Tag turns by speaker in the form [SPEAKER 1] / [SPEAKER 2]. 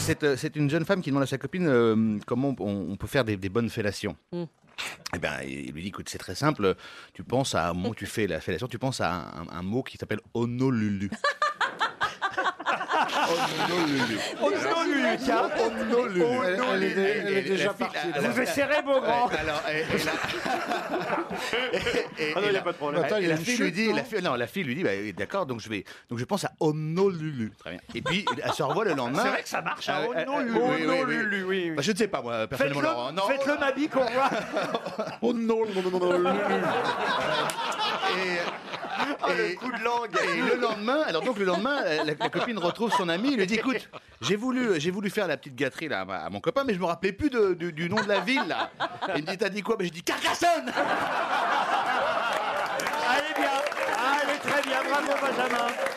[SPEAKER 1] c'est, euh, c'est une jeune femme qui demande à sa copine euh, comment on, on peut faire des, des bonnes fellations.
[SPEAKER 2] Mm.
[SPEAKER 1] Eh bien, il lui dit, écoute, c'est très simple. Tu penses à un mot, tu fais la fellation, tu penses à un, un mot qui s'appelle Honolulu. Honolulu.
[SPEAKER 3] Honolulu, tiens.
[SPEAKER 1] Honolulu.
[SPEAKER 3] Elle- elle est- elle est
[SPEAKER 1] Et- et
[SPEAKER 3] déjà
[SPEAKER 1] Ah, la fille-
[SPEAKER 3] partie, là.
[SPEAKER 1] alors-
[SPEAKER 3] Vous essayerez, Beaugrand.
[SPEAKER 1] Ouais, Alors, et, et la- et- et-
[SPEAKER 3] Ah
[SPEAKER 1] et
[SPEAKER 3] non, y a
[SPEAKER 1] la-
[SPEAKER 3] pas de problème.
[SPEAKER 1] Attends,
[SPEAKER 3] Et
[SPEAKER 1] il y a
[SPEAKER 3] la
[SPEAKER 1] une
[SPEAKER 3] fille
[SPEAKER 1] chute,
[SPEAKER 3] lui dit-
[SPEAKER 1] non la fille, non, la fille lui dit, bah, oui, d'accord, donc je vais, donc je pense à Honolulu. Très bien. Et puis, elle se revoit le lendemain.
[SPEAKER 3] C'est vrai que ça marche, hein,
[SPEAKER 1] Ah, ouais,
[SPEAKER 3] Honolulu.
[SPEAKER 1] ah, oui, oui, oui.
[SPEAKER 3] Honolulu, oui, oui.
[SPEAKER 1] Bah, je ne sais pas, moi, personnellement,
[SPEAKER 3] Faites-le,
[SPEAKER 1] Laurent. Non,
[SPEAKER 3] faites-le Mabi, qu'on voit.
[SPEAKER 1] Oh non, non, non, non, non. Et,
[SPEAKER 3] Oh,
[SPEAKER 1] et- et le lendemain, alors donc le lendemain, la, la copine retrouve son ami, il lui dit écoute, j'ai voulu, j'ai voulu faire la petite gâterie là à, ma- à mon copain, mais je me rappelais plus de- du, du nom de la ville là. Et il me dit t'as dit quoi Mais j'ai dit Carcassonne.
[SPEAKER 3] Allez bien. Allez, très bien. Bravo, Benjamin.